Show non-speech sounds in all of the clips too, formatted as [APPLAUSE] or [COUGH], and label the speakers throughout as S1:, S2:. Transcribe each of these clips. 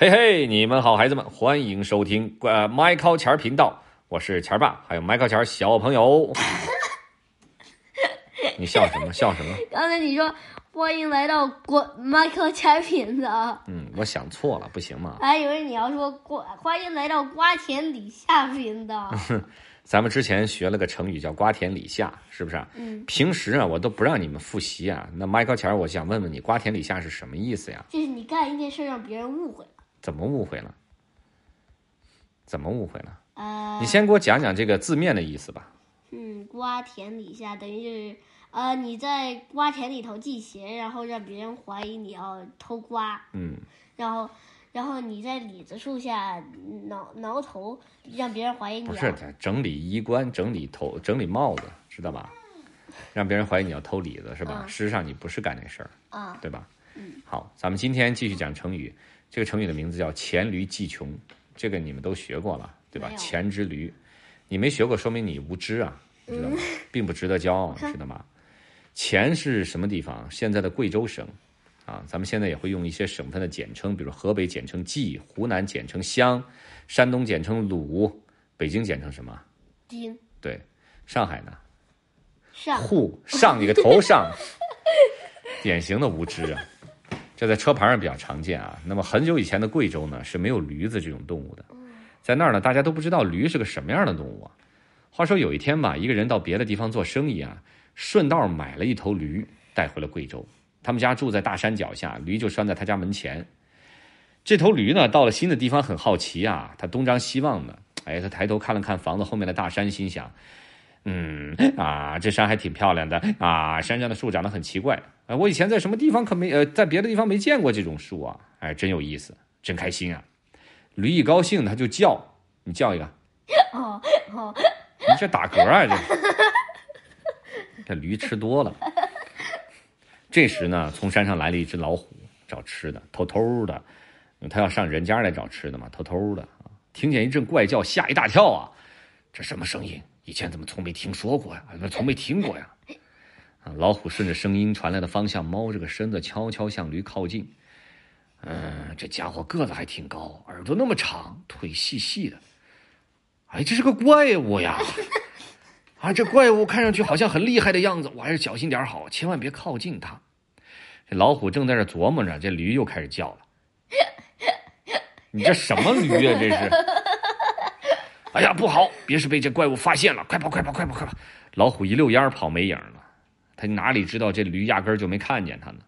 S1: 嘿嘿，你们好，孩子们，欢迎收听呃麦考钱儿频道，我是钱儿爸，还有麦考钱儿小朋友。你笑什么？笑什么？
S2: 刚才你说欢迎来到国麦克产品的，
S1: 嗯，我想错了，不行吗？
S2: 还以为你要说瓜，欢迎来到瓜田李下
S1: [LAUGHS]
S2: 频道。
S1: 咱们之前学了个成语叫“瓜田李下”，是不是？
S2: 嗯，
S1: 平时啊，我都不让你们复习啊。那麦考钱儿，我想问问你，“瓜田李下”是什么意思呀？
S2: 就是你干一件事让别人误会了。
S1: 怎么误会了？怎么误会了？
S2: 呃，
S1: 你先给我讲讲这个字面的意思吧。
S2: 嗯，瓜田李下等于就是呃你在瓜田里头系鞋，然后让别人怀疑你要偷瓜，
S1: 嗯，
S2: 然后然后你在李子树下挠挠头，让别人怀疑你
S1: 不
S2: 要
S1: 是整理衣冠、整理头、整理帽子，知道吧？让别人怀疑你要偷李子是吧？
S2: 嗯
S1: 事实上你不是干这事儿，
S2: 啊
S1: 对吧？
S2: 嗯。
S1: 好，咱们今天继续讲成语。这个成语的名字叫“黔驴技穷”，这个你们都学过了，对吧
S2: 没？有
S1: 黔之驴，你没学过，说明你无知啊，你知道吗？
S2: 嗯
S1: 并不值得骄傲，啊
S2: [LAUGHS]
S1: 你知道吗？黔是什么地方？现在的贵州省啊，咱们现在也会用一些省份的简称，比如河北简称冀，湖南简称湘，山东简称鲁，北京简称什么？
S2: 丁
S1: 对，上海呢，
S2: 上
S1: 户上你个头上， [LAUGHS] 典型的无知啊，这在车牌上比较常见啊。那么很久以前的贵州呢是没有驴子这种动物的，在那儿呢大家都不知道驴是个什么样的动物啊。话说有一天吧，一个人到别的地方做生意啊，顺道买了一头驴带回了贵州。他们家住在大山脚下，驴就拴在他家门前。这头驴呢，到了新的地方很好奇啊，它东张西望的。哎，它抬头看了看房子后面的大山，心想：嗯 [LAUGHS] 啊，这山还挺漂亮的啊，山上的树长得很奇怪。哎，我以前在什么地方可没呃，在别的地方没见过这种树啊。哎，真有意思，真开心啊！驴一高兴，它就叫，你叫一个，
S2: 哦哦
S1: 你这打嗝啊，这这驴吃多了。这时呢，从山上来了一只老虎，找吃的，偷偷的，它要上人家来找吃的嘛，偷偷的啊。听见一阵怪叫，吓一大跳啊！这什么声音？以前怎么从没听说过呀？啊从没听过呀！啊，老虎顺着声音传来的方向，猫着个身子，悄悄向驴靠近。嗯，这家伙个子还挺高，耳朵那么长，腿细细的。哎，这是个怪物呀！啊，这怪物看上去好像很厉害的样子，我还是小心点儿好，千万别靠近它。这老虎正在这琢磨着，这驴又开始叫了：“你这什么驴呀、这是！”哎呀，不好，别是被这怪物发现了，快跑，快跑，快跑，快跑！老虎一溜烟儿跑没影儿了，他哪里知道这驴压根儿就没看见他呢？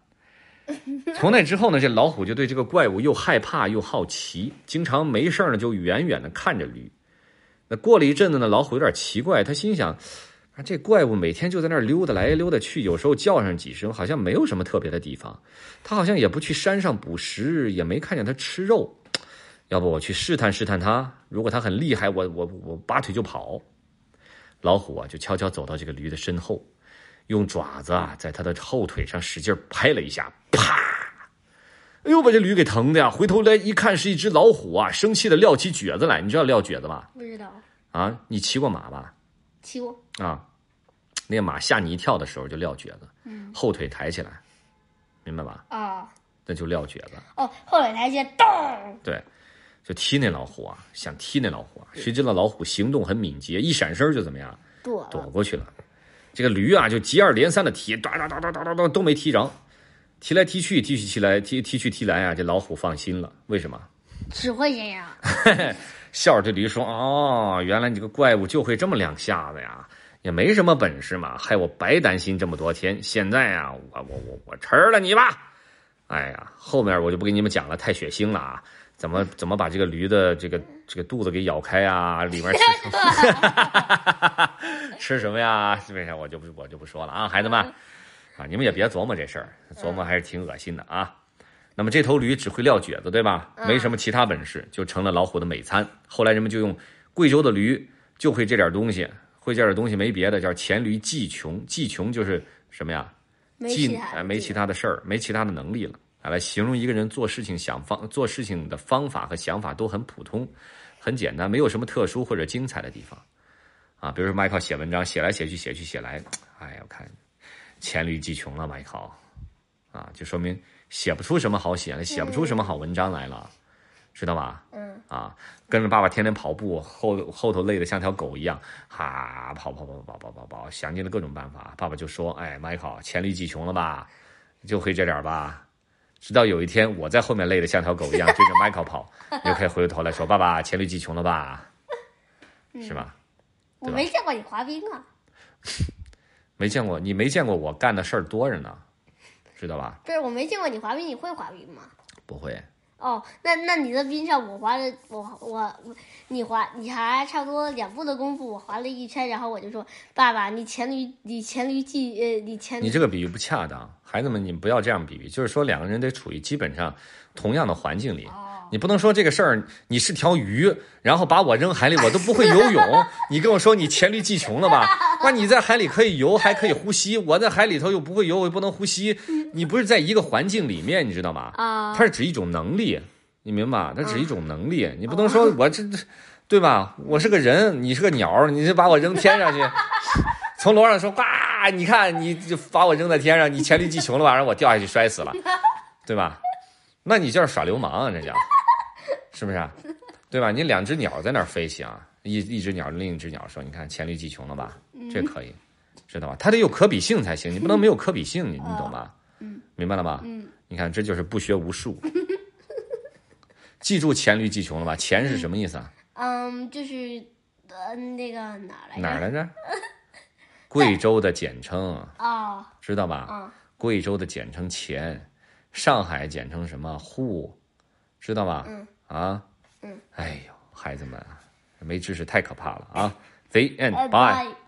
S1: [LAUGHS] 从那之后呢，这老虎就对这个怪物又害怕又好奇，经常没事儿呢就远远的看着驴。那过了一阵子呢，老虎有点奇怪，他心想：啊，这怪物每天就在那儿溜达来溜达去，有时候叫上几声，好像没有什么特别的地方。它好像也不去山上捕食，也没看见它吃肉。要不我去试探试探它，如果它很厉害，我我我拔腿就跑。老虎啊，就悄悄走到这个驴的身后，用爪子啊，在它的后腿上使劲拍了一下，哎呦，把这驴给疼的呀！回头来一看，是一只老虎啊，生气的撂起蹶子来。你知道撂蹶子吧？
S2: 不知道
S1: 啊，你骑过马吧？
S2: 七五
S1: 啊，那个马吓你一跳的时候就撂蹶子，后腿抬起来，明白吧？
S2: 啊。
S1: 那就撂蹶子。
S2: 哦，后来台阶咚，
S1: 对，就踢那老虎啊，想踢那老虎啊，谁知道老虎行动很敏捷，一闪身就怎么样，
S2: 躲
S1: 躲过去了。这个驴啊，就接二连三的踢，哒哒哒哒哒哒哒都没踢着，踢来踢去，踢去踢来，踢踢去踢来啊，这老虎放心了。为什么？
S2: 只会这样。
S1: 笑着对驴说：“哦，原来你这个怪物就会这么两下子呀，也没什么本事嘛，害我白担心这么多天。现在啊，我我我我吃了你吧！哎呀，后面我就不给你们讲了，太血腥了啊！怎么怎么把这个驴的这个这个肚子给咬开啊？里面吃什么？ [LAUGHS] 吃什么呀？基本上我就不我就不说了啊，孩子们啊，你们也别琢磨这事儿，琢磨还是挺恶心的啊。”那么这头驴只会撂蹶子，对吧？没什么其他本事，就成了老虎的美餐。后来人们就用贵州的驴就会这点东西，会这点东西没别的，叫黔驴技穷。技穷就是什么呀？
S2: 没
S1: 技
S2: 其他
S1: 哎
S2: 的，
S1: 没其他的事儿，没其他的能力了，啊来形容一个人做事情想方做事情的方法和想法都很普通，很简单，没有什么特殊或者精彩的地方，啊，比如说迈克写文章写来写去写去写来，哎呀，我看黔驴技穷了，迈克，啊，就说明写不出什么好写的，写不出什么好文章来了，知道吧？
S2: 嗯，
S1: 啊，跟着爸爸天天跑步，后后头累得像条狗一样，哈，跑跑跑跑跑跑跑，想尽了各种办法。爸爸就说：“哎，Michael，钱力气穷了吧？就会这点儿吧。”直到有一天，我在后面累得像条狗一样追着 Michael 跑，你就可以回过头来说：“爸爸，钱力气穷了吧？”是吧？
S2: 我
S1: 对吧
S2: 没见过你滑冰啊，
S1: 没见过你没见过我干的事儿多着呢，知道吧？
S2: 不是我没见过你滑冰，你会滑冰吗？
S1: 不会，
S2: 哦，那那你在冰上我滑了，我我我，你滑你还差不多两步的功夫，我滑了一圈，然后我就说爸爸，你黔驴你黔驴技呃你黔
S1: 你这个比喻不恰当，孩子们，你们不要这样比喻，就是说两个人得处于基本上同样的环境里。你不能说这个事儿你是条鱼，然后把我扔海里，我都不会游泳，你跟我说你黔驴技穷了吧？那你在海里可以游，还可以呼吸，我在海里头又不会游，我又不能呼吸，你不是在一个环境里面，你知道吗？
S2: 啊
S1: 它是指一种能力，你明白吧？它只是一种能力，你不能说我这，这对吧？我是个人，你是个鸟儿，你是把我扔天上去， [LAUGHS] 从楼上说呱，你看你就把我扔在天上，你黔驴技穷了吧？让我掉下去摔死了，对吧？那你就是耍流氓啊，这叫，是不是啊？对吧？你两只鸟在那儿飞行，啊一一只鸟另一只鸟说，你看黔驴技穷了吧？这可以，知道吧？它得有可比性才行，你不能没有可比性，你你懂吗？明白了吗？你看，这就是不学无术。 [LAUGHS] 记住“黔驴技穷”了吧？黔是什么意思啊？
S2: 嗯就是呃那个哪儿来着？
S1: 哪儿来
S2: [LAUGHS]
S1: 着？贵州的简称，
S2: 哦，
S1: 知道吧？
S2: 嗯
S1: 贵州的简称黔，上海简称什么沪，知道吧？
S2: 嗯
S1: 啊，
S2: 嗯，
S1: 哎呦，孩子们啊，没知识太可怕了啊！The end，
S2: 呃
S1: bye。
S2: bye